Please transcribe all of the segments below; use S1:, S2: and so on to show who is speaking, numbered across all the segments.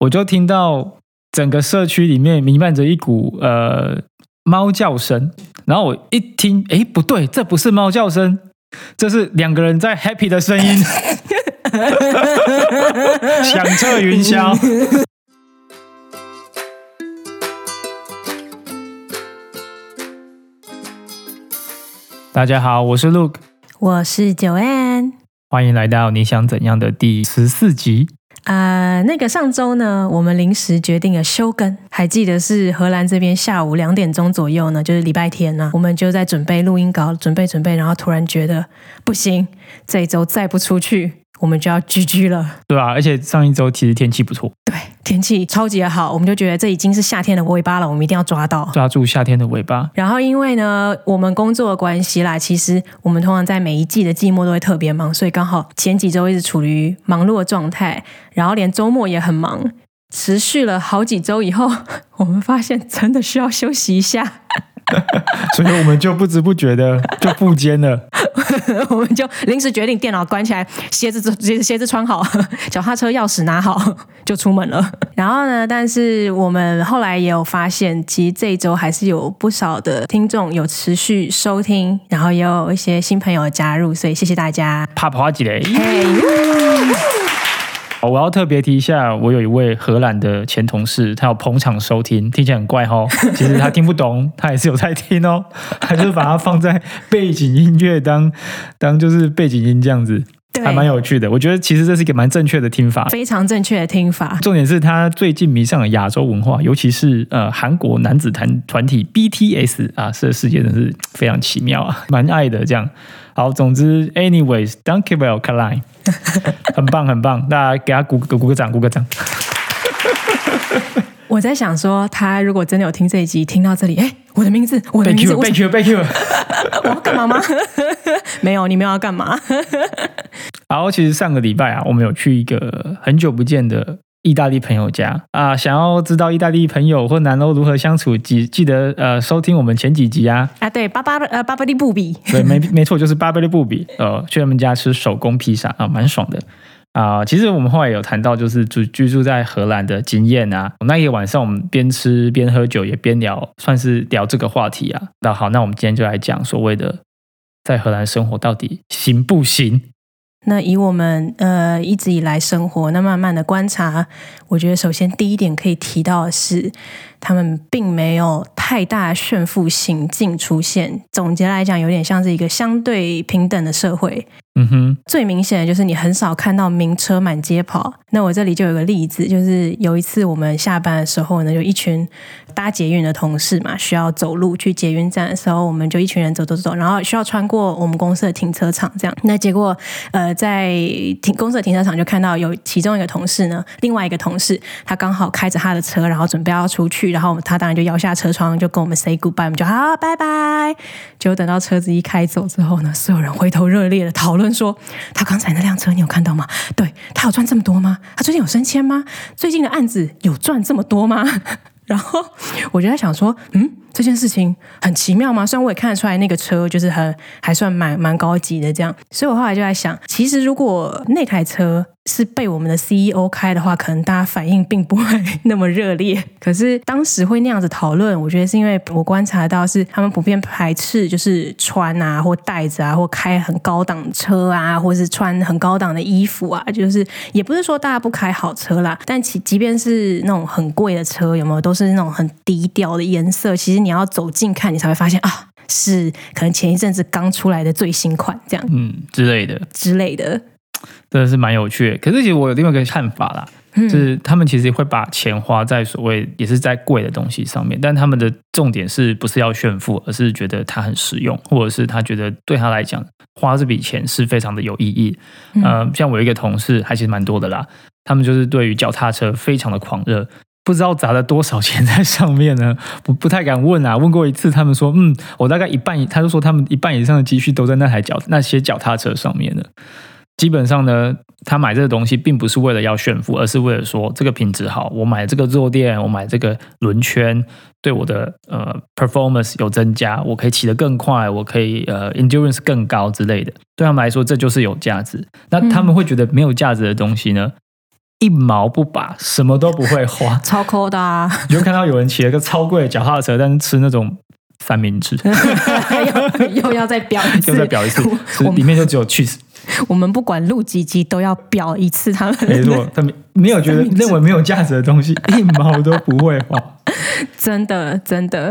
S1: 我就听到整个社区里面弥漫着一股呃猫叫声，然后我一听，诶，不对，这不是猫叫声，这是两个人在 happy 的声音，响彻云霄。大家好，我是 Luke，
S2: 我是九安
S1: 欢迎来到你想怎样的第十四集。
S2: 啊、那个上周呢，我们临时决定了休更，还记得是荷兰这边下午两点钟左右呢，就是礼拜天呢、我们就在准备录音稿，准备准备，然后突然觉得不行，这一周再不出去，我们就要 GG 了。
S1: 对啊，而且上一周其实天气不错，
S2: 对，天气超级的好，我们就觉得这已经是夏天的尾巴了，我们一定要抓到。
S1: 抓住夏天的尾巴。
S2: 然后因为呢，我们工作的关系啦，其实我们通常在每一季的季末都会特别忙，所以刚好前几周一直处于忙碌的状态，然后连周末也很忙，持续了好几周以后， 我们发现真的需要休息一下，
S1: 所以我们就不知不觉的就不坚了。
S2: 我们就临时决定电脑关起来，鞋子鞋鞋子穿好， 脚踏车钥匙拿好， 就出门了。然后呢，但是我们后来也有发现，其实这一周还是有不少的听众有持续收听，然后也有一些新朋友的加入，所以谢谢大家。
S1: 啪啪几嘞！
S2: 嘿，
S1: 我要特别提一下，我有一位荷兰的前同事，他有捧场收听，听起来很怪哦。其实他听不懂，他也是有在听哦。他就是把它放在背景音乐当当就是背景音这样子，
S2: 对，
S1: 还蛮有趣的。我觉得其实这是一个蛮正确的听法。
S2: 非常正确的听法。
S1: 重点是他最近迷上了亚洲文化，尤其是呃韩国男子团团体 BTS 啊，这个世界真是非常奇妙啊，蛮爱的这样。好，总之，anyways，thank you well, Kaline，很棒很棒，大家给他鼓鼓鼓个掌，鼓个掌。
S2: 我在想说，他如果真的有听这一集，听到这里，哎，我的名字，我的
S1: 被
S2: 名字，
S1: Q
S2: 我
S1: 被 Q 被 Q。
S2: 我要干嘛吗？ 没有，你们要干嘛？
S1: 然后其实上个礼拜啊，我们有去一个很久不见的意大利朋友家啊，想要知道意大利朋友或南欧如何相处，记记得呃收听我们前几集啊，
S2: 啊，对，巴巴呃巴巴利布比，
S1: 对，没没错，就是巴贝利布比，呃，去他们家吃手工披萨啊，蛮爽的啊、其实我们后来有谈到，就是住居住在荷兰的经验啊。那一个晚上，我们边吃边喝酒，也边聊，算是聊这个话题啊。那好，那我们今天就来讲所谓的在荷兰生活到底行不行？
S2: 那以我们呃一直以来生活，那慢慢的观察，我觉得首先第一点可以提到的是，他们并没有太大炫富行径出现。总结来讲，有点像是一个相对平等的社会。
S1: 嗯哼，
S2: 最明显的就是你很少看到名车满街跑。那我这里就有个例子，就是有一次我们下班的时候呢，有一群搭捷运的同事嘛，需要走路去捷运站的时候，我们就一群人走走走，然后需要穿过我们公司的停车场，这样。那结果呃，在停公司的停车场就看到有其中一个同事呢，另外一个同事他刚好开着他的车，然后准备要出去，然后他当然就摇下车窗，就跟我们 say goodbye，我们就好拜拜。结果等到车子一开走之后呢，所有人回头热烈的讨论说，他刚才那辆车你有看到吗？对他有赚这么多吗？他最近有升迁吗？最近的案子有赚这么多吗？ 然后我就在想说，嗯，这件事情很奇妙吗？虽然我也看得出来那个车就是很还算蛮蛮高级的这样，所以我后来就在想，其实如果那台车是被我们的 CEO 开的话，可能大家反应并不会那么热烈。 可是当时会那样子讨论，我觉得是因为我观察到是他们普遍排斥就是穿啊或带着啊或开很高档车啊，或是穿很高档的衣服啊，就是也不是说大家不开好车啦，但其即便是那种很贵的车，有没有都是那种很低调的颜色，其实你要走近看，你才会发现啊。是可能前一阵子刚出来的最新款这样
S1: 嗯之类的，
S2: 之类的，
S1: 真的是蛮有趣的。可是其实我有另外一个看法啦，
S2: 嗯
S1: 就是他们其实会把钱花在所谓也是在贵的东西上面，但他们的重点是不是要炫富，而是觉得它很实用，或者是他觉得对他来讲花这笔钱是非常的有意义。
S2: 嗯。
S1: 呃，像我有一个同事，还其实蛮多的啦，他们就是对于脚踏车非常的狂热。不知道砸了多少钱在上面呢？不不太敢问啊。问过一次，他们说，嗯，我大概一半以，他就说他们一半以上的积蓄都在那台脚那些脚踏车上面了。基本上呢，他买这个东西并不是为了要炫富，而是为了说这个品质好，我买这个坐垫，我买这个轮圈，对我的呃 performance 有增加，我可以骑得更快，我可以呃 endurance 更高之类的。对他们来说，这就是有价值。那他们会觉得没有价值的东西呢，一毛不拔，什么都不会花
S2: 超抠的啊，
S1: 你就看到有人骑了个超贵的脚踏车，但是吃那种三明治，
S2: 又 又要再表一次，
S1: 又再表一次，吃
S2: 我
S1: 里面就只有 cheese。
S2: 我们不管录几集都要表一次他们，
S1: 没错，他们没有觉得
S2: 三明治
S1: 认为没有价值的东西，一毛都不会花。
S2: 真的真的，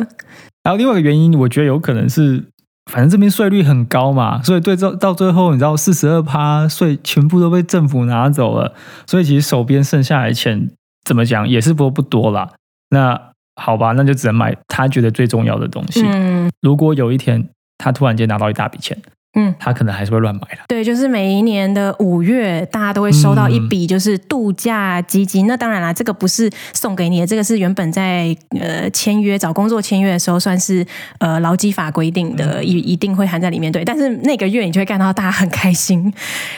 S1: 然后另外一个原因，我觉得有可能是，反正这边税率很高嘛，所以对到到最后，你知道四十二趴税全部都被政府拿走了，所以其实手边剩下来的钱怎么讲也是不不多啦。那好吧，那就只能买他觉得最重要的东西。
S2: 嗯
S1: 如果有一天他突然间拿到一大笔钱，
S2: 嗯。
S1: 他可能还是会乱买啦。
S2: 对，就是每一年的五月，大家都会收到一笔就是度假基金。那当然啦，这个不是送给你的，这个是原本在呃签约找工作签约的时候，算是呃劳基法规定
S1: 嗯
S2: 的，一一定会含在里面。对，但是那个月你就会看到大家很开心，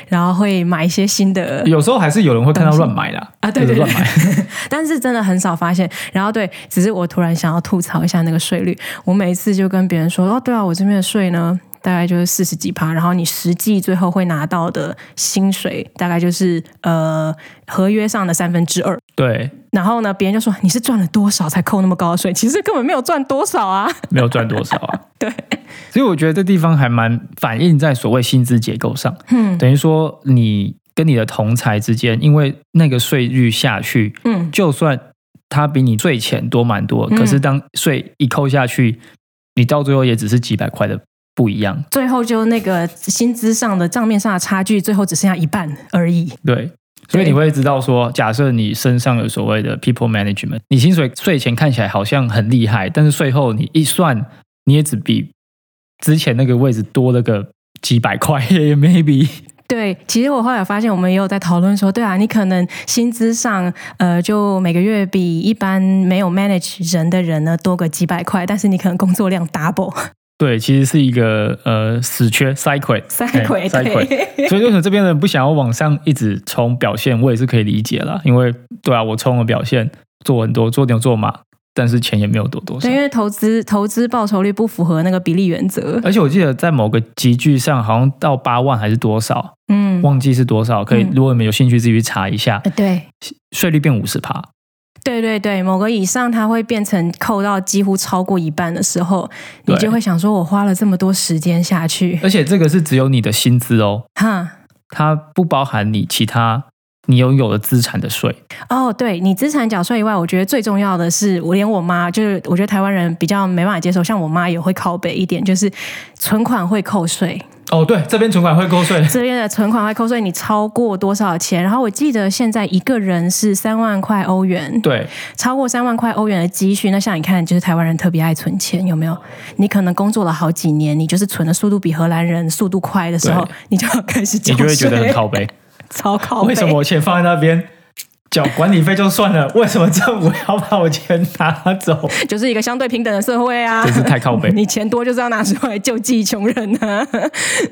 S2: 然后会买一些新的
S1: 有时候还是有人会看到乱买啦，
S2: 啊，对对
S1: 就
S2: 对
S1: 是乱买。，
S2: 但是真的很少发现。然后对，只是我突然想要吐槽一下那个税率，我每一次就跟别人说，哦，对啊，我这边的税呢。大概就是四十几趴，然后你实际最后会拿到的薪水大概就是呃合约上的三分之二。
S1: 对，
S2: 然后呢，别人就说你是赚了多少才扣那么高的税？其实根本没有赚多少啊。
S1: 没有赚多少啊。
S2: 对，
S1: 所以我觉得这地方还蛮反映在所谓薪资结构上。嗯，等于说你跟你的同才之间，因为那个税率下去，
S2: 嗯，
S1: 就算他比你税前多蛮多，
S2: 嗯
S1: 可是当税一扣下去，你到最后也只是几百块的不一样。
S2: 最后就那个薪资上的账面上的差距，最后只剩下一半而已。
S1: 对。所以你会知道说，假设你身上有所谓的 people management，你薪水税前看起来好像很厉害，但是税后你一算，你也只比之前那个位置多了个几百块，maybe。
S2: 对，其实我后来发现，我们也有在讨论说，对啊，你可能薪资上，呃，就每个月比一般没有 manage 人的人呢多个几百块，但是你可能工作量 double
S1: 对，其实是一个呃死缺塞葵，
S2: 塞
S1: 哎
S2: 回
S1: 塞葵。
S2: 对，
S1: 所以为什么这边人不想要往上一直冲表现，我也是可以理解啦。因为对啊，我冲了表现，做很多，做牛做马，但是钱也没有多多少
S2: 对，因。为投资投资报酬率不符合那个比例原则，
S1: 而且我记得在某个集聚上，好像到八万还是多少，
S2: 嗯，
S1: 忘记是多少。可以，
S2: 嗯
S1: 如果你们有兴趣，自己去查一下。
S2: 呃对。
S1: 税率变五十趴，
S2: 对对对，某个以上，它会变成扣到几乎超过一半的时候，你
S1: 对
S2: 就会想说，我花了这么多时间下去，
S1: 而且这个是只有你的薪资哦，
S2: 哈，
S1: 它不包含你其他你拥有的资产的税。
S2: 哦，对你资产缴税以外，我觉得最重要的是，我连我妈，就是我觉得台湾人比较没办法接受，像我妈也会靠北一点，就是存款会扣税，
S1: 哦，对，这边存款会扣税。
S2: 这边的存款会扣税，你超过多少钱？然后我记得现在一个人是三万块欧元，
S1: 对，
S2: 超过三万块欧元的积蓄，那像你看，就是台湾人特别爱存钱，有没有？你可能工作了好几年，你就是存的速度比荷兰人速度快的时候
S1: 对，
S2: 你就要开始缴
S1: 你就
S2: 税，
S1: 会觉得很靠背。
S2: 超靠
S1: 为什
S2: 北
S1: 么我钱放在那边缴管理费就算了，为什么政府要把我钱拿走？
S2: 就是一个相对平等的社会 啊，
S1: 真是太靠 北
S2: 你钱多就是要拿出来救济穷人啊。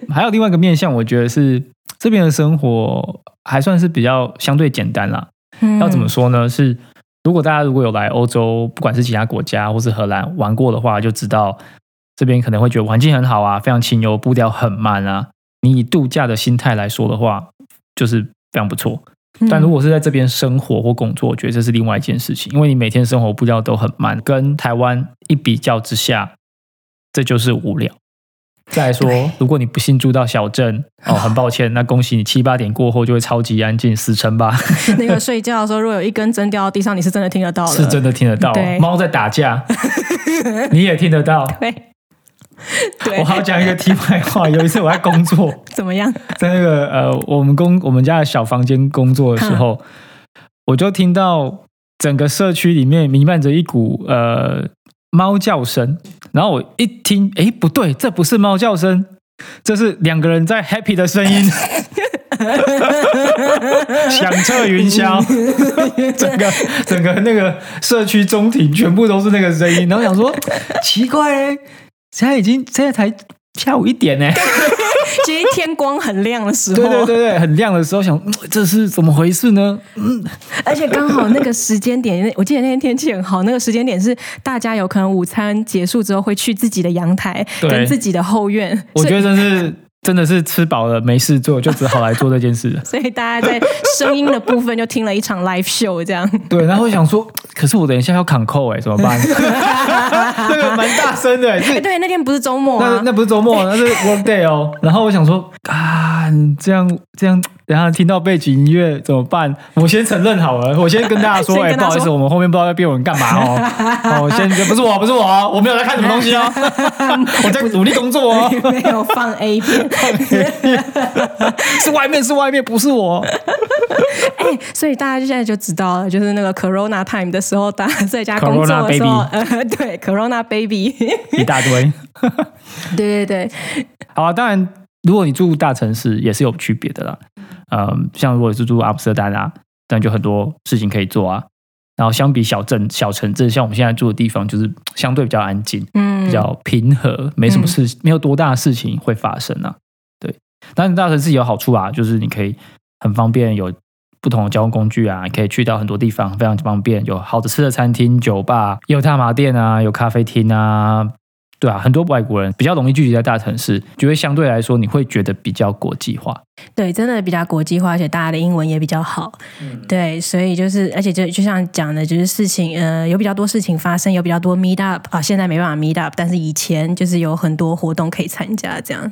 S1: 还有另外一个面向，我觉得是这边的生活还算是比较相对简单啦。 要怎么说呢？是如果大家如果有来欧洲，不管是其他国家或是荷兰玩过的话，就知道这边可能会觉得环境很好啊，非常清幽，步调很慢啊。你以度假的心态来说的话，就是非常不错。
S2: 嗯？
S1: 但如果是在这边生活或工作，我觉得这是另外一件事情，因为你每天生活步调都很慢，跟台湾一比较之下，这就是无聊。再来说
S2: 对，
S1: 如果你不幸住到小镇，哦，很抱歉，那恭喜你七八点过后就会超级安静，死撑吧，
S2: 那个睡觉的时候，如果有一根针掉到地上，你是真的听得到的，
S1: 是真的听得到
S2: 对
S1: 猫在打 架，你也听得到。
S2: 对对
S1: 我，好讲一个题外话，有一次我在工作，
S2: 怎么样？
S1: 在那个呃，我们工我们家的小房间工作的时候，我就听到整个社区里面弥漫着一股呃猫叫声，然后我一听，诶，不对，这不是猫叫声，这是两个人在 happy 的声音，响彻云霄，整个整个那个社区中庭全部都是那个声音，然后想说奇怪、欸，现在已经现在才下午一点呢、
S2: 其实天光很亮的时候，
S1: 对对对对， 很亮的时候想，嗯这是怎么回事呢？
S2: 而且刚好那个时间点，我记得那天天气很好，那个时间点是大家有可能午餐结束之后会去自己的阳台
S1: 对
S2: 跟自己的后院，
S1: 我
S2: 所以。
S1: 觉得真是真的是吃饱了没事做，就只好来做这件事了
S2: 所以大家在声音的部分就听了一场 live show 这样。
S1: 对，然后我想说，嗯可是我等一下要砍扣哎，怎么办？ 那个蛮大声的、欸，
S2: 哎，
S1: 是
S2: 对，那天不是周末
S1: 那
S2: 啊，
S1: 那不是周末，那是 work day 哦。然后我想说啊，你这样这样，然后听到背景音乐怎么办？我先承认好了，我先跟大家说，
S2: 先
S1: 哎、
S2: 跟
S1: 不
S2: 他
S1: 好意思，
S2: 说
S1: 我们后面不知道在逼我们干嘛 哦。哦，我先不是我，不是我哦，我没有在看什么东西哦，我在努力工作哦。
S2: 没有放 A 片，
S1: 是外面，是外面，不是我。
S2: 哎，所以大家就现在就知道了，就是那个 Corona time 的时候，大家在家工作
S1: Corona
S2: 的时候，呃，对，Corona baby，
S1: 一大堆。
S2: 对对对，
S1: 好啊，当然，如果你住大城市，也是有区别的啦。嗯，像如果是住阿姆斯特丹啊，那就很多事情可以做啊。然后相比小镇、小城镇，像我们现在住的地方，就是相对比较安静，
S2: 嗯
S1: 比，较平和，没什么事，没有多大的事情会发生啊。对，但是大城市也有好处啊，就是你可以很方便，有不同的交通工具啊，你可以去到很多地方，非常方便，有好的吃的餐厅、酒吧，也有大麻店啊，有咖啡厅啊。对啊，很多外国人比较容易聚集在大城市，就会相对来说你会觉得比较国际 化。
S2: 对，真的比较国际化，而且大家的英文也比较好。对，所以就是，而且就就像讲的，就是事情，呃，有比较多事情发生，有比较多 meet up 啊，现在没办法 meet up，但是以前就是有很多活动可以参加这样。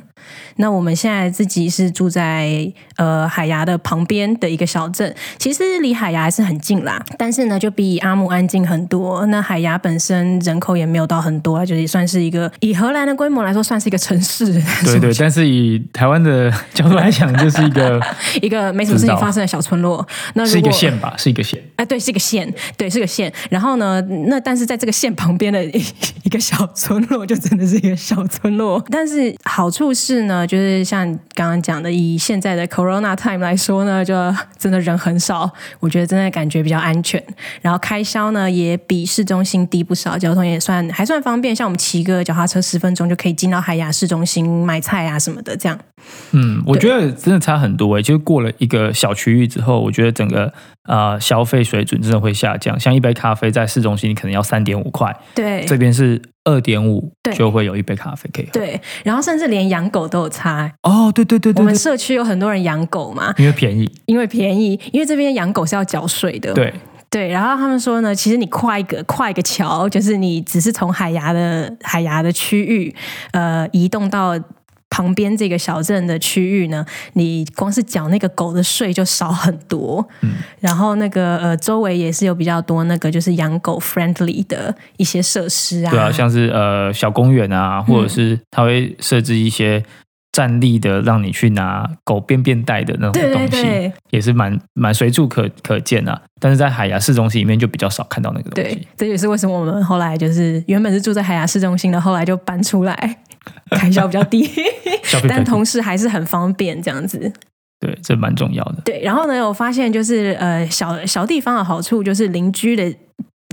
S2: 那我们现在自己是住在呃海牙的旁边的一个小镇，其实离海牙还是很近啦，但是呢，就比阿姆安静很多。那海牙本身人口也没有到很多，它就是算是一个以荷兰的规模来说，算是一个城市，但
S1: 对
S2: 是
S1: 对，但是以台湾的角度来讲，就是一 个
S2: 一个没什么事
S1: 知
S2: 情
S1: 道
S2: 发生的小村落。那如
S1: 是一个
S2: 果
S1: 县吧，是一个县。
S2: 哎，对，是一个县，对，是个县。然后呢，那但是在这个县旁边的一 一个小村落，就真的是一个小村落。但是好处是呢，就是像刚刚讲的，以现在的 Corona time 来说呢，就真的人很少，我觉得真的感觉比较安全。然后开销呢也比市中心低不少，交通也算还算方便。像我们骑个脚踏车十分钟就可以进到海牙市中心买菜啊什么的，这样。
S1: 嗯，我觉得真的差很多诶、欸就是过了一个小区域之后，我觉得整个呃消费水准真的会下降。像一杯咖啡在市中心，你可能要三点五块，
S2: 对，
S1: 这边是二点五
S2: 对，
S1: 就会有一杯咖啡可以喝。
S2: 对，然后甚至连养狗都有差、
S1: 哦，对对对
S2: 我
S1: 对
S2: 们
S1: 对，
S2: 社区有很多人养狗嘛，
S1: 因为便宜，
S2: 因为便宜，因为这边养狗是要缴税的。
S1: 对，
S2: 对然后他们说呢，其实你跨一个跨一个桥，就是你只是从海牙的海牙的区域，呃，移动到。旁边这个小镇的区域呢，你光是缴那个狗的税就少很多，
S1: 嗯
S2: 然后那个呃周围也是有比较多那个就是养狗 friendly 的一些设施啊，
S1: 对啊，像是呃小公园啊，或
S2: 嗯
S1: 者是它会设置一些站立的，让你去拿狗便便袋的那种
S2: 对
S1: 东
S2: 对
S1: 西，
S2: 对，
S1: 也是蛮蛮随处可可见啊。但是在海牙市中心里面就比较少看到那个东
S2: 对
S1: 西。，
S2: 这也是为什么我们后来就是原本是住在海牙市中心的，后来就搬 出来，开销比较低，
S1: 消费比较
S2: 但
S1: 低
S2: 同时还是很方便这样子。
S1: 对，这蛮重要的。
S2: 对，然后呢，我发现就是呃，小小地方的好处就是邻居的。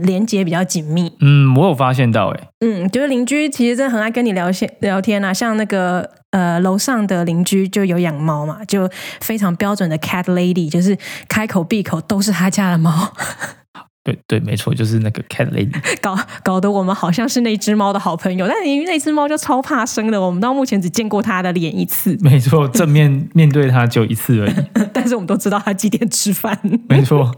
S2: 连接比较紧密，
S1: 嗯，我有发现到、欸，
S2: 嗯，就是邻居其实真的很爱跟你聊些聊天啊，像那个呃楼上的邻居就有养猫嘛，就非常标准的 cat lady，就是开口闭口都是他家的猫，
S1: 对对，没错，就是那个 cat lady。
S2: 搞搞得我们好像是那只猫的好朋友，但因为那只猫就超怕生的，我们到目前只见过它的脸一次，
S1: 没错，正面面对它就一次而已。
S2: 但是我们都知道它几点吃饭。
S1: 没错，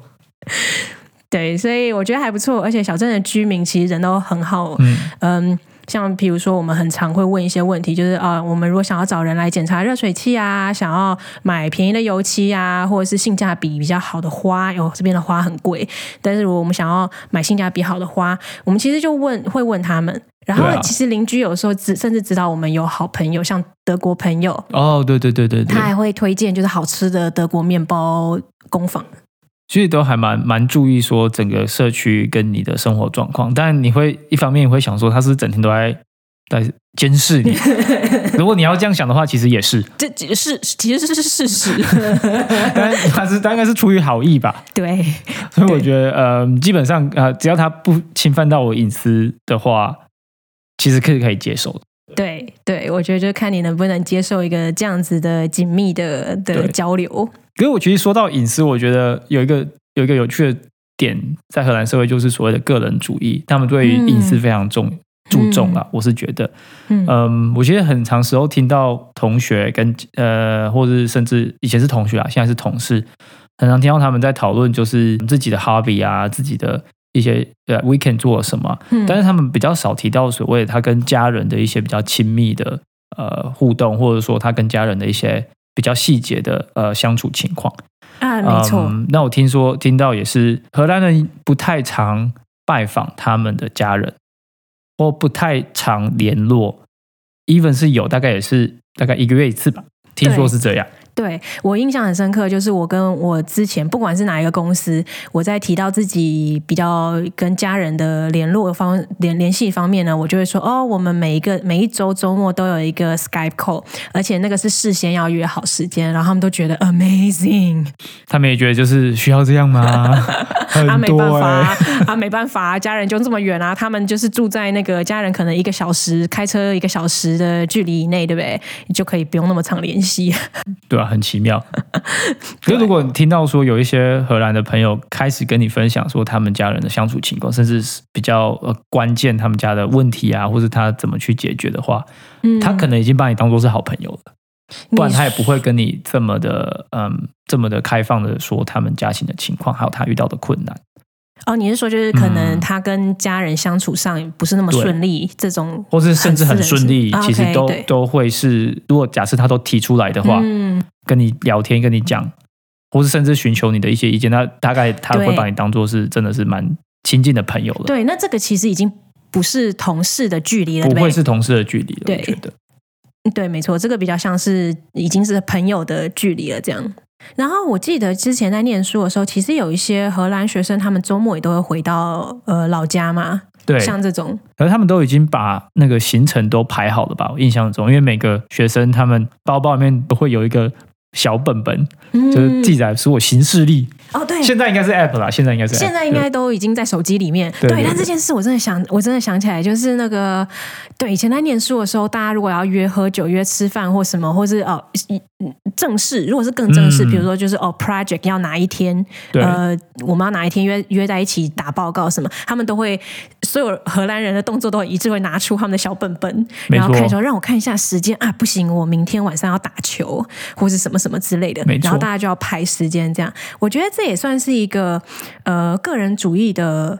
S2: 对，所以我觉得还不错，而且小镇的居民其实人都很好，
S1: 嗯，
S2: 嗯。像比如说，我们很常会问一些问题，就是啊、我们如果想要找人来检查热水器啊，想要买便宜的油漆啊，或者是性价比比较好的花，有、这边的花很贵，但是如果我们想要买性价比好的花，我们其实就问会问他们，然
S1: 对啊
S2: 后其实邻居有时候知甚至知道我们有好朋友，像德国朋友，
S1: 哦，对对对对对
S2: 他，还会推荐就是好吃的德国面包工坊。
S1: 其实都还蛮蛮注意说整个社区跟你的生活状况，但你会一方面你会想说他是不是整天都在在监视你，如果你要这样想的话，其实也是，
S2: 这只是其实是事实，
S1: 但他是他应该是出于好意吧，
S2: 对
S1: 所以我觉得呃，基本上呃，只要他不侵犯到我隐私的话，其实可以可以接受的。
S2: 对对，我觉得就看你能不能接受一个这样子的紧密的的
S1: 对
S2: 交流。
S1: 可是我其实说到隐私，我觉得有一个有一个有趣的点，在荷兰社会就是所谓的个人主义，他们对于隐私非常重、注重了，我是觉得，
S2: 嗯
S1: 嗯，我觉得很长时候听到同学跟呃，或是甚至以前是同学啊，现在是同事，很常听到他们在讨论就是自己的 hobby 啊，自己的一些呃 weekend 做了什么啊，
S2: 嗯
S1: 但是他们比较少提到所谓他跟家人的一些比较亲密的呃互动，或者说他跟家人的一些比较细节的呃相处情况。
S2: 啊，没错，
S1: 嗯那我听说听到也是荷兰人不太常拜访他们的家人，或不太常联络，even 是有大概也是大概一个月一次吧，听说是这样。
S2: 对我印象很深刻，就是我跟我之前不管是哪一个公司，我在提到自己比较跟家人的联络方联联系方面呢，我就会说哦，我们每一个每一周周末都有一个 Skype call，而且那个是事先要约好时间，然后他们都觉得 amazing，
S1: 他们也觉得就是需要这样 吗？很
S2: 啊，没
S1: 多
S2: 办法
S1: 欸
S2: 啊， 啊，没办法啊，家人就这么远啊，他们就是住在那个家人可能一个小时开车一个小时的距离以内，对不对？你就可以不用那么常联 系。
S1: 对啊，很奇妙。 可是如果你听到说有一些荷兰的朋友开始跟你分享说他们家人的相处情况，甚至是比较呃关键他们家的问题啊，或是他怎么去解决的话，
S2: 嗯
S1: 他可能已经把你当做是好朋友了，
S2: 你
S1: 不然他也不会跟你这么的嗯这么的开放的说他们家庭的情况，还有他遇到的困难。
S2: 哦，你是说就是可能
S1: 嗯
S2: 他跟家人相处上不是那么
S1: 对
S2: 顺利，这种
S1: 或是甚至很顺利
S2: 很，私
S1: 其实
S2: 人性
S1: 都
S2: 啊，OK，对
S1: 都会是，如果假设他都提出来的话，
S2: 嗯，
S1: 跟你聊天，跟你讲，或是甚至寻求你的一些意见，他大概他
S2: 对
S1: 会把你当做是真的是蛮亲近的朋友了，
S2: 对，那这个其实已经不是同事的距离了，对
S1: 不
S2: 不
S1: 会
S2: 对？
S1: 是同事的距离了。
S2: 对
S1: 我觉得
S2: 对，没错，这个比较像是已经是朋友的距离了，这样。然后我记得之前在念书的时候，其实有一些荷兰学生，他们周末也都会回到呃老家嘛，
S1: 对，
S2: 像这种，
S1: 而他们都已经把那个行程都排好了吧？我印象中，因为每个学生他们包包里面都会有一个小本本，
S2: 嗯
S1: 就是记载所有行事历。
S2: 哦，对，
S1: 现在应该是 app 啦，现在应该是 app,
S2: 现在应该都已经在手机里面。
S1: 对对
S2: 但
S1: 对
S2: 这件事我真的想，我真的想起来，就是那个对以前在念书的时候，大家如果要约喝酒、约吃饭或什么，或是哦一嗯正式，如果是更正式，
S1: 嗯
S2: 比如说就是哦 project 要哪一天，
S1: 对
S2: 呃，我们要哪一天约约在一起打报告什么，他们都会所有荷兰人的动作都很一致，会拿出他们的小本本，
S1: 没错
S2: 然后看说让我看一下时间啊，不行，我明天晚上要打球或是什么什么之类的
S1: 没，错
S2: 然后大家就要排时间这样。我觉得这也算是一个呃个人主义的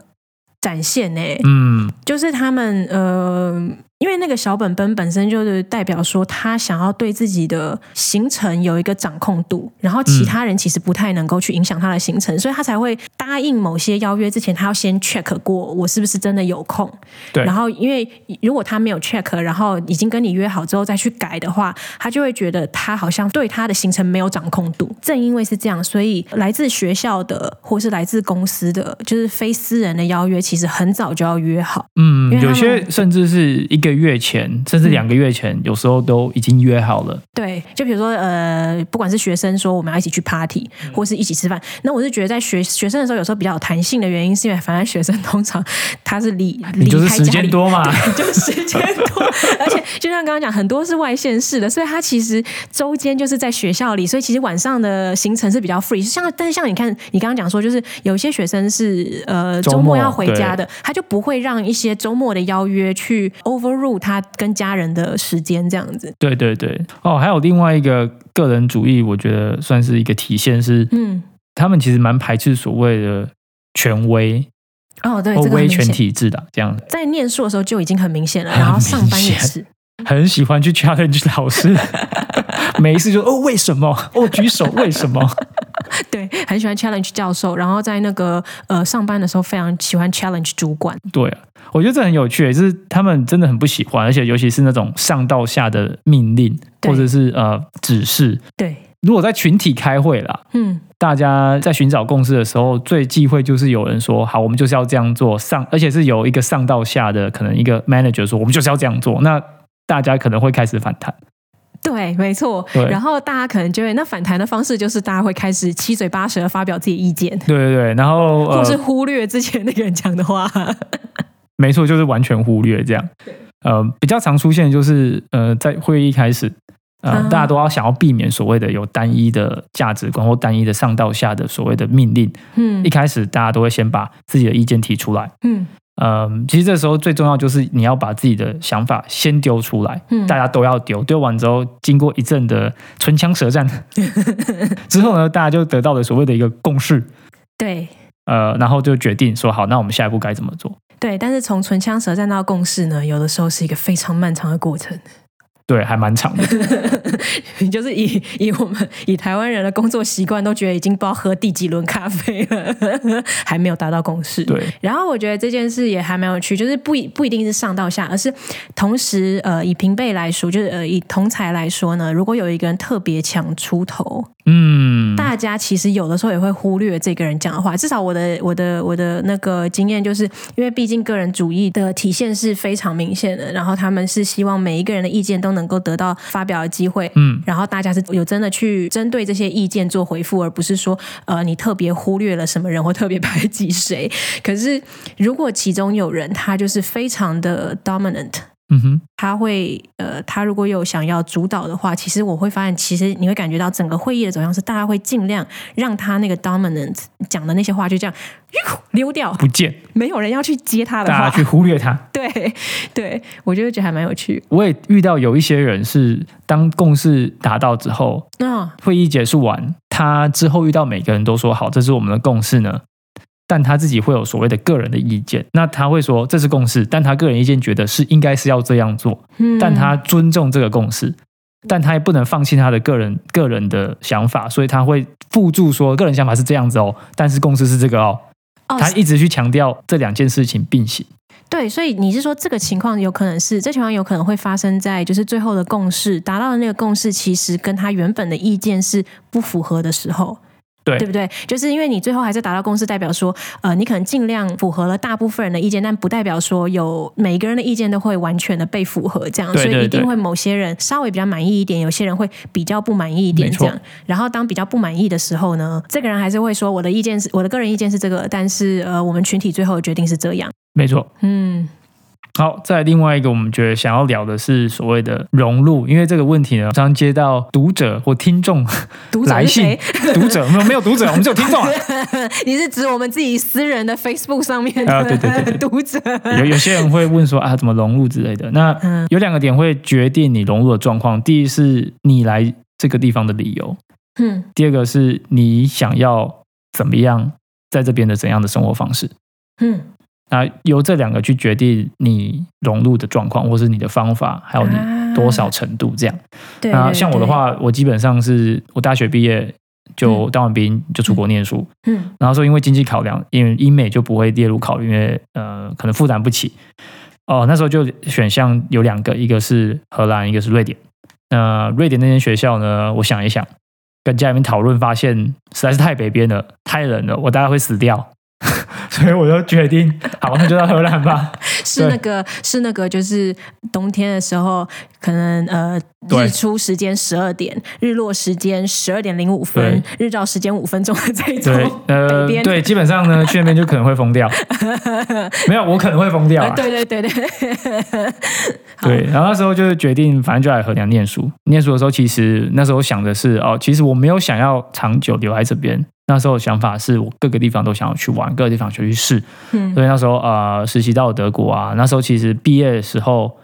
S2: 展现欸呢、
S1: 嗯，
S2: 就是他们呃，因为那个小本本本身就是代表说他想要对自己的行程有一个掌控度，然后其他人其实不太能够去影响他的行程，所以他才会答应某些邀约之前，他要先 check 过我是不是真的有空。
S1: 对
S2: 然后因为如果他没有 check，然后已经跟你约好之后再去改的话，他就会觉得他好像对他的行程没有掌控度。正因为是这样，所以来自学校的或是来自公司的，就是非私人的邀约，其实很早就要约好。因
S1: 嗯
S2: 为，他
S1: 有
S2: 们
S1: 些甚至是一个月前，甚至两个月
S2: 嗯
S1: 前，有时候都已经约好了。
S2: 对，就比如说呃，不管是学生说我们要一起去 party，或
S1: 嗯
S2: 是一起吃饭，那我是觉得在学学生的时候有时候比较有弹性的原因，是因为反正学生通常他是 离
S1: 你
S2: 离
S1: 就是
S2: 开
S1: 时
S2: 家
S1: 间
S2: 里。
S1: 多嘛，
S2: 对， 就是时间 多，而且就像刚刚讲，很多是外县市的，所以他其实周间就是在学校里，所以其实晚上的行程是比较 free 像。但是像你看，你刚刚讲说，就是有一些学生是呃
S1: 周
S2: 周
S1: 末
S2: 末要回家的，他就不会让一些周末的邀约去 overrule 他跟家人的时间这样子。
S1: 对对对，哦，还有另外一个个人主义，我觉得算是一个体现是，
S2: 嗯，
S1: 他们其实蛮排斥所谓的权威
S2: 哦，对，
S1: 或
S2: 这个很
S1: 威
S2: 明
S1: 权
S2: 显。
S1: 体制的这样，
S2: 在念书的时候就已经很明显了，
S1: 很
S2: 然后上班也
S1: 明显
S2: 是。
S1: 很喜欢去 challenge 老 师，没事就哦为什么哦举手为什么，
S2: 对，很喜欢 challenge 教授，然后在那个呃上班的时候非常喜欢 challenge 主管。
S1: 对啊，我觉得这很有趣，就是他们真的很不喜欢，而且尤其是那种上到下的命令
S2: 对
S1: 或者是呃指示，
S2: 对，
S1: 如果在群体开会啦，
S2: 嗯，
S1: 大家在寻找共识的时候，最忌讳就是有人说：“好，我们就是要这样做。”上，而且是由一个上到下的，可能一个 manager 说：“我们就是要这样做。”那大家可能会开始反弹。
S2: 对，没错。
S1: 对
S2: 然后大家可能就会那反弹的方式就是大家会开始七嘴八舌地发表自己意见，
S1: 对对对，然后
S2: 或
S1: 呃
S2: 是，忽略之前那个人讲 的话。
S1: 没错，就是完全忽略这样。呃，比较常出现的就是呃，在会议开始，呃，
S2: 啊
S1: 大家都要想要避免所谓的有单一的价值观或单一的上到下的所谓的命令。
S2: 嗯
S1: 一开始大家都会先把自己的意见提出来，
S2: 嗯，
S1: 嗯，其实这时候最重要就是你要把自己的想法先丢出来，
S2: 嗯
S1: 大家都要丢，丢完之后，经过一阵的唇枪舌战
S2: 嗯
S1: 之后呢，大家就得到了所谓的一个共识，
S2: 对
S1: 呃，然后就决定说好，那我们下一步该怎么做？
S2: 对，但是从唇枪舌战到共识呢，有的时候是一个非常漫长的过程。
S1: 对，还蛮 长的。
S2: 就是以以我们以台湾人的工作习惯，都觉得已经不知道喝第几轮咖啡了， 还没有达到共识。
S1: 对，
S2: 然后我觉得这件事也还蛮有趣，就是不一不一定是上到下，而是同时呃，以平辈来说，就是呃以同才来说呢，如果有一个人特别强出头，
S1: 嗯，
S2: 大家其实有的时候也会忽略这个人讲的话。至少我的我的我的那个经验就是，因为毕竟个人主义的体现是非常明显的，然后他们是希望每一个人的意见都能够得到发表的机会。
S1: 嗯，
S2: 然后大家是有真的去针对这些意见做回复，而不是说呃你特别忽略了什么人或特别排挤谁。 可是如果其中有人他就是非常的 dominant，
S1: 嗯哼，
S2: 他会呃，他如果有想要主导的话，其实我会发现，其实你会感觉到整个会议的走向是，大家会尽量让他那个 dominant 讲的那些话就这样呦溜掉，
S1: 不见，
S2: 没有人要去接他的
S1: 大
S2: 话
S1: 家。去忽略它。
S2: 对对，我就会觉得还蛮有趣。
S1: 我也遇到有一些人是当共识达到之后，
S2: 那、
S1: 会议结束完，他之后遇到每个人都说好，这是我们的共识呢。但他自己会有所谓的个人的意见，那他会说这是共识，但他个人意见觉得是应该是要这样做，
S2: 嗯，
S1: 但他尊重这个共识，但他也不能放弃他的个人个人的想法，所以他会附注说个人想法是这样子哦，但是共识是这个哦，
S2: 哦
S1: 他一直去强调这两件事情并行。
S2: 对，所以你是说这个情况有可能是这情况有可能会发生在就是最后的共识达到的那个共识，其实跟他原本的意见是不符合的时候。
S1: 对
S2: 对不对？就是因为你最后还是达到共识，代表说，呃，你可能尽量符合了大部分人的意见，但不代表说有每一个人的意见都会完全的被符合，这样，
S1: 对
S2: 所以
S1: 对
S2: 一定
S1: 对
S2: 会某些人稍微比较满意一点，有些人会比较不满意一点，
S1: 没
S2: 这
S1: 错
S2: 样。然后当比较不满意的时候呢，这个人还是会说我的意见是我的个人意见是这个，但是呃，我们群体最后的决定是这样。
S1: 没错，
S2: 嗯，
S1: 好，再来另外一个，我们觉得想要聊的是所谓的融入，因为这个问题呢，常常接到读者或听众
S2: 读者
S1: 来
S2: 是
S1: 信
S2: 谁？，
S1: 读者没有没有读者，我们只有听 众啊。
S2: 你是指我们自己私人的 Facebook 上面的、
S1: 啊对对对对
S2: 读者？
S1: 有有些人会问说啊，怎么融入之类的。那
S2: 嗯
S1: 有两个点会决定你融入的状况，第一是你来这个地方的理由，
S2: 嗯
S1: 第二个是你想要怎么样在这边的怎样的生活方式。
S2: 嗯，
S1: 那由这两个去决定你融入的状况，或是你的方法，还有你
S2: 啊
S1: 多少程度这样。
S2: 对
S1: 那
S2: 对
S1: 啊像我的话，我基本上是我大学毕业就当完兵就出国念书，
S2: 对嗯
S1: 然后说因为经济考量，因为英美就不会列入考虑，因为呃可能负担不起。哦，那时候就选项有两个，一个是荷兰，一个是瑞典。那瑞典那间学校呢，我想一想，跟家里面讨论，发现实在是太北边了，太冷了，我大概会死掉， 所以我就决定，好，那就到荷兰 吧。
S2: 是那个是那个，就是冬天的时候，可能呃
S1: 对
S2: 日出时间十二点，日落时间十二点零五分，日照时间五分钟的这种
S1: 对，呃
S2: 北，边
S1: 对，基本上呢，去那边就可能会疯 掉，没有，我可能会疯掉、啊
S2: 啊，对对对
S1: 啊
S2: 对，好
S1: 对，然后那时候就是决定，反正就来衡量念书。念书的时候，其实那时候想的是，哦，其实我没有想要长久留在这边。那时候的想法是我各个地方都想要去玩，各个地方想去试。
S2: 嗯
S1: 所以那时候呃，实习到德国啊，那时候其实毕业的时候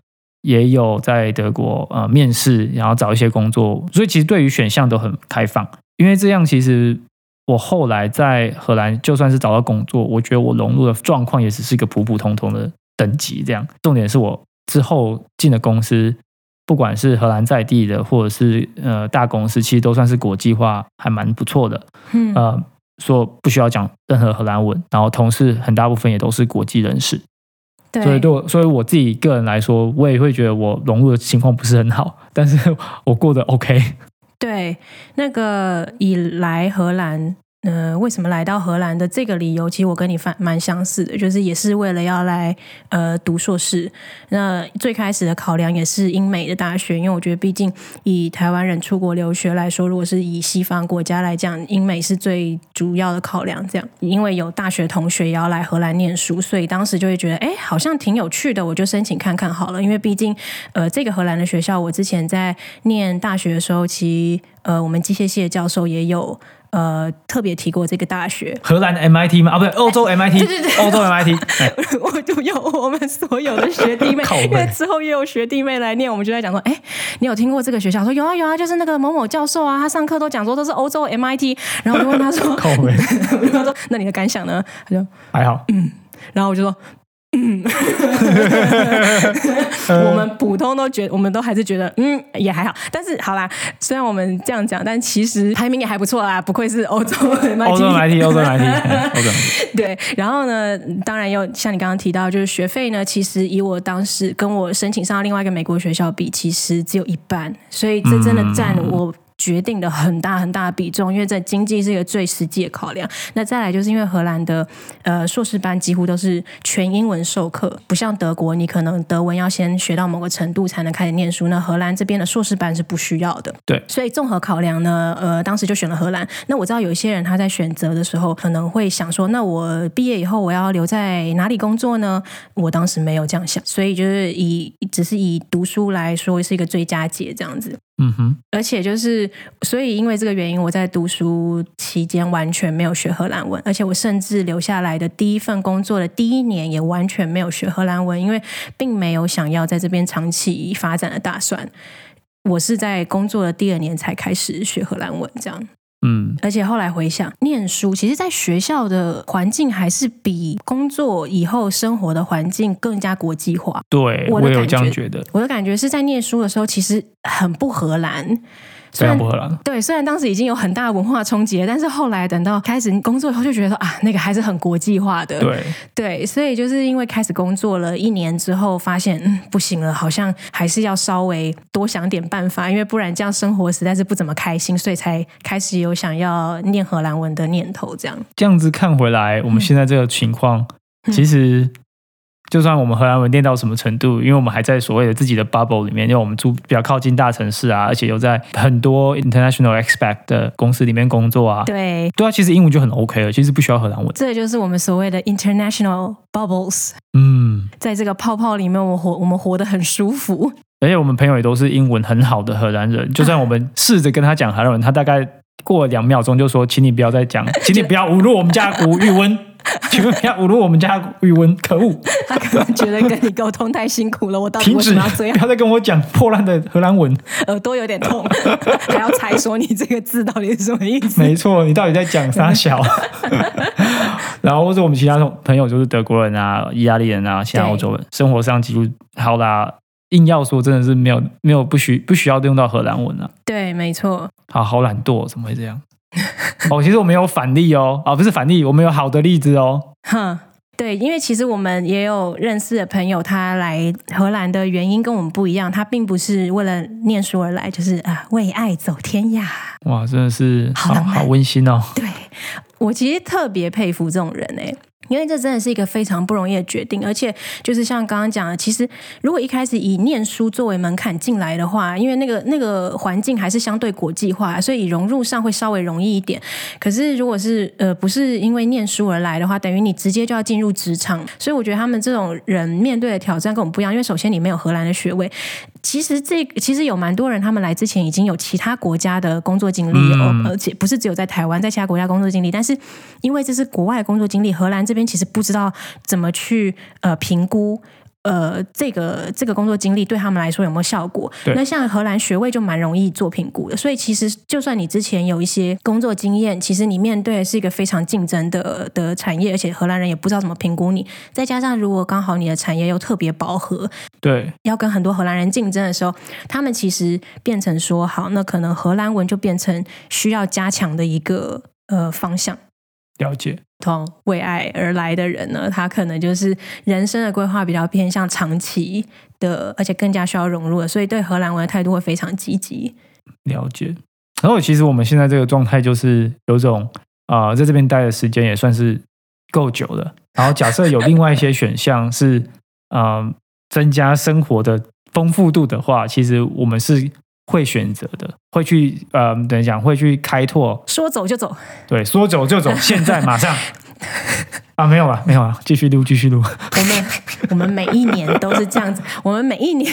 S1: 也有在德国呃面试，然后找一些工作。所以其实对于选项都很开放，因为这样其实。我后来在荷兰，就算是找到工作，我觉得我融入的状况也只是一个普普通通的等级。这样，重点是我之后进的公司，不管是荷兰在地的，或者是呃大公司，其实都算是国际化，还蛮不错的。
S2: 嗯
S1: 呃，说不需要讲任何荷兰文，然后同事很大部分也都是国际人士，所以对我，所以我自己个人来说，我也会觉得我融入的情况不是很好，但是我过得 OK。
S2: 对，那个以来荷兰，呃，为什么来到荷兰的这个理由，其实我跟你蛮蛮相似的，就是也是为了要来呃读硕士。那最开始的考量也是英美的大学，因为我觉得毕竟以台湾人出国留学来说，如果是以西方国家来讲，英美是最主要的考量。这样，因为有大学同学也要来荷兰念书，所以当时就会觉得，哎，好像挺有趣的，我就申请看看好了。因为毕竟，呃，这个荷兰的学校，我之前在念大学的时候，其实呃，我们机械系的教授也有。呃特别提过这个大学，
S1: 荷兰的 MIT 吗？啊，不对，欧洲 MIT，
S2: 哎对对对
S1: 欧洲 MIT，哎
S2: 我就有我们所有的学弟妹
S1: 靠，背
S2: 因为之后也有学弟妹来念，我们就在讲说，哎、你有听过这个学校？说有啊有啊，就是那个某某教授啊，他上课都讲说都是欧洲 MIT，然后我就问他说，
S1: 靠背
S2: 我就问他说，那你的感想呢？他就，
S1: 还好，
S2: 嗯然后我就说。 嗯，我们普通都觉我们都还是觉得，嗯，也还好。但是好啦，虽然我们这样讲，但其实排名也还不错啦，不愧是欧洲 MIT，
S1: 欧洲 MIT，欧洲 MIT，哎 欧洲 MIT
S2: 对，然后呢，当然又像你刚刚提到，就是学费呢，其实以我当时跟我申请上另外一个美国学校比，其实只有一半，所以这真的占我。决定的很大很大的比重，因为这经济是一个最实际的考量。那再来就是因为荷兰的呃硕士班几乎都是全英文授课，不像德国，你可能德文要先学到某个程度才能开始念书。那荷兰这边的硕士班是不需要的。
S1: 对
S2: 所以综合考量呢，呃，当时就选了荷兰。那我知道有一些人他在选择的时候可能会想说，那我毕业以后我要留在哪里工作呢？我当时没有这样想，所以就是以只是以读书来说是一个最佳解这样子。
S1: 嗯哼，
S2: 而且就是，所以因为这个原因，我在读书期间完全没有学荷兰文，而且我甚至留下来的第一份工作的第一年也完全没有学荷兰文，因为并没有想要在这边长期发展的打算。我是在工作的第二年才开始学荷兰文，这样。
S1: 嗯，
S2: 而且后来回想，念书其实，在学校的环境还是比工作以后生活的环境更加国际化。
S1: 对，
S2: 我
S1: 我
S2: 的
S1: 也有
S2: 感
S1: 这样
S2: 觉
S1: 觉得，
S2: 我的感觉是在念书的时候，其实很不荷兰，
S1: 非
S2: 虽然呃
S1: 常不荷兰，
S2: 对，虽然当时已经有很大的文化冲击了，但是后来等到开始工作以后，就觉得说啊，那个还是很国际化的。
S1: 对，
S2: 对所以就是因为开始工作了一年之后，发现嗯不行了，好像还是要稍微多想点办法，因为不然这样生活实在是不怎么开心，所以才开始有想要念荷兰文的念头。这样，
S1: 这样子看回来，我们现在这个情况，
S2: 嗯
S1: 其实就算我们荷兰文练到什么程度，因为我们还在所谓的自己的 bubble 里面，因为我们住比较靠近大城市啊，而且又在很多 international expat 的公司里面工作啊，
S2: 对，
S1: 对啊，其实英文就很 OK 了，其实不需要荷兰文。
S2: 这就是我们所谓的 international bubbles，
S1: 嗯，
S2: 在这个泡泡里面，我活我们活得很舒服。
S1: 而且我们朋友也都是英文很好的荷兰人，就算我 们试着跟他讲荷兰文，他大概过了两秒钟就说：“请你不要再讲，请你不要侮辱我们家古玉温，请不要侮辱我们家古玉温，可恶！”
S2: 他可能觉得跟你沟通太辛苦了，我到底
S1: 停
S2: 为什
S1: 止！
S2: 么要这样
S1: 不？要再跟我讲破烂的荷兰文。
S2: 耳朵有点痛， 还要猜说你这个字到底是什么意思？
S1: 没错，你到底在讲啥小？ 然后或者我们其他朋友就是德国人啊、意大利人啊、其他
S2: 对
S1: 欧洲人，生活上几乎好啦。硬要说真的是没有没有不需不需要用到荷兰文啊。
S2: 对，没错，
S1: 啊，好懒惰，怎么会这样？ 哦，其实我们有反例哦，啊，不是反例，我们有好的例子哦。
S2: 哼。对，因为其实我们也有认识的朋友，他来荷兰的原因跟我们不一样，他并不是为了念书而来，就是啊、为爱走天涯。
S1: 哇，真的是
S2: 好
S1: 好
S2: 浪漫
S1: 好温馨哦。
S2: 对我其实特别佩服这种人哎、因为这真的是一个非常不容易的决定，而且就是像刚刚讲的，其实如果一开始以念书作为门槛进来的话，因为那个那个环境还是相对国际化，所以融入上会稍微容易一点。可是如果是呃不是因为念书而来的话，等于你直接就要进入职场，所以我觉得他们这种人面对的挑战跟我们不一样，因为首先你没有荷兰的学位，其实这其实有蛮多人，他们来之前已经有其他国家的工作经历，哦，而且不是只有在台湾，在其他国家工作经历。但是因为这是国外的工作经历，荷兰这边其实不知道怎么去呃评估。呃，这个这个工作经历对他们来说有没有效果？
S1: 对
S2: 那像荷兰学位就蛮容易做评估的，所以其实就算你之前有一些工作经验，其实你面对的是一个非常竞争的的产业，而且荷兰人也不知道怎么评估你。再加上如果刚好你的产业又特别饱和，
S1: 对，
S2: 要跟很多荷兰人竞争的时候，他们其实变成说，好，那可能荷兰文就变成需要加强的一个呃方向。
S1: 了解。
S2: 通常为爱而来的人呢，他可能就是人生的规划比较偏向长期的，而且更加需要融入的，所以对荷兰文的态度会非常积极。
S1: 了解。然后其实我们现在这个状态就是有种啊、呃在这边待的时间也算是够久了。然后假设有另外一些选项是嗯、呃增加生活的丰富度的话，其实我们是会选择的，会去呃等一下会去开拓，
S2: 说走就走，
S1: 对，说走就走，现在马上。 啊，没有了，没有了，继续录，继续录。
S2: 我们我们每一年都是这样子，我们每一年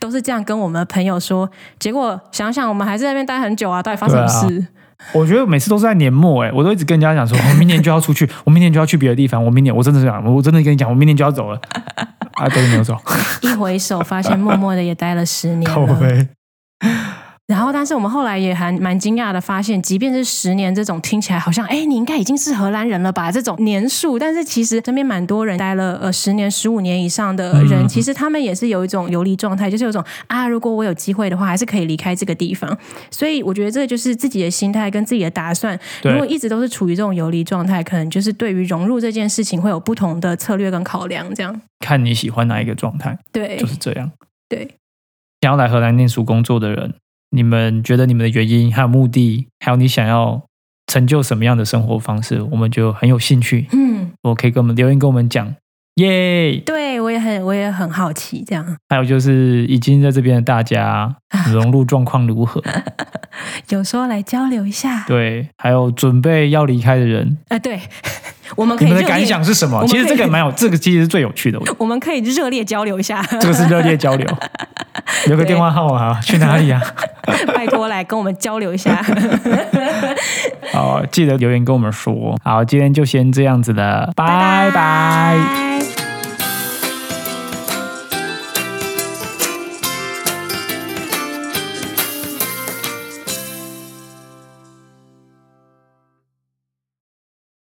S2: 都是这样跟我们的朋友说，结果想想我们还是在那边待很久啊，到底发生什么
S1: 对啊
S2: 事？
S1: 我觉得每次都是在年末、欸，哎，我都一直跟人家 讲说，我明年就要出去，我明年就要去别的地方，我明年我真的是讲，我真的跟你讲，我明年就要走了， 啊，都没有 走，
S2: 一回首发现默默的也待了十年
S1: 靠
S2: 了。
S1: 背。
S2: 然后，但是我们后来也还蛮惊讶的发现，即便是十年这种听起来好像，哎，你应该已经是荷兰人了吧这种年数，但是其实身边蛮多人待了呃十年、十五年以上的人，
S1: 嗯
S2: 其实他们也是有一种游离状态，就是有一种啊，如果我有机会的话，还是可以离开这个地方。所以我觉得这就是自己的心态跟自己的打算。
S1: 对
S2: 如果一直都是处于这种游离状态，可能就是对于融入这件事情会有不同的策略跟考量，这样。
S1: 看你喜欢哪一个状态，
S2: 对
S1: 就是这样。
S2: 对，
S1: 想要来荷兰念书工作的人，你们觉得你们的原因、还有目的，还有你想要成就什么样的生活方式，我们就很有兴趣。
S2: 嗯，
S1: 我可以跟我们留言跟我们讲，耶！
S2: 对我也很我也很好奇这样。
S1: 还有就是已经在这边的大
S2: 啊
S1: 家融入状况如 何？
S2: 有时候来交流一下。
S1: 对，还有准备要离开的人，
S2: 啊，对，我们可
S1: 你
S2: 以
S1: 们
S2: 热
S1: 的
S2: 烈，
S1: 感想是什
S2: 我
S1: 么？
S2: 们
S1: 其实
S2: 可以
S1: 这个蛮有，这个其实是最有趣的，我觉得
S2: 我们可以热烈交流 一下，
S1: 这个是热烈交流。留个电话号码啊，去哪 里啊？
S2: 拜托来跟我们交流 一下。
S1: 好，记得留言跟我们说。好，今天就先这样子了，拜拜。
S2: 拜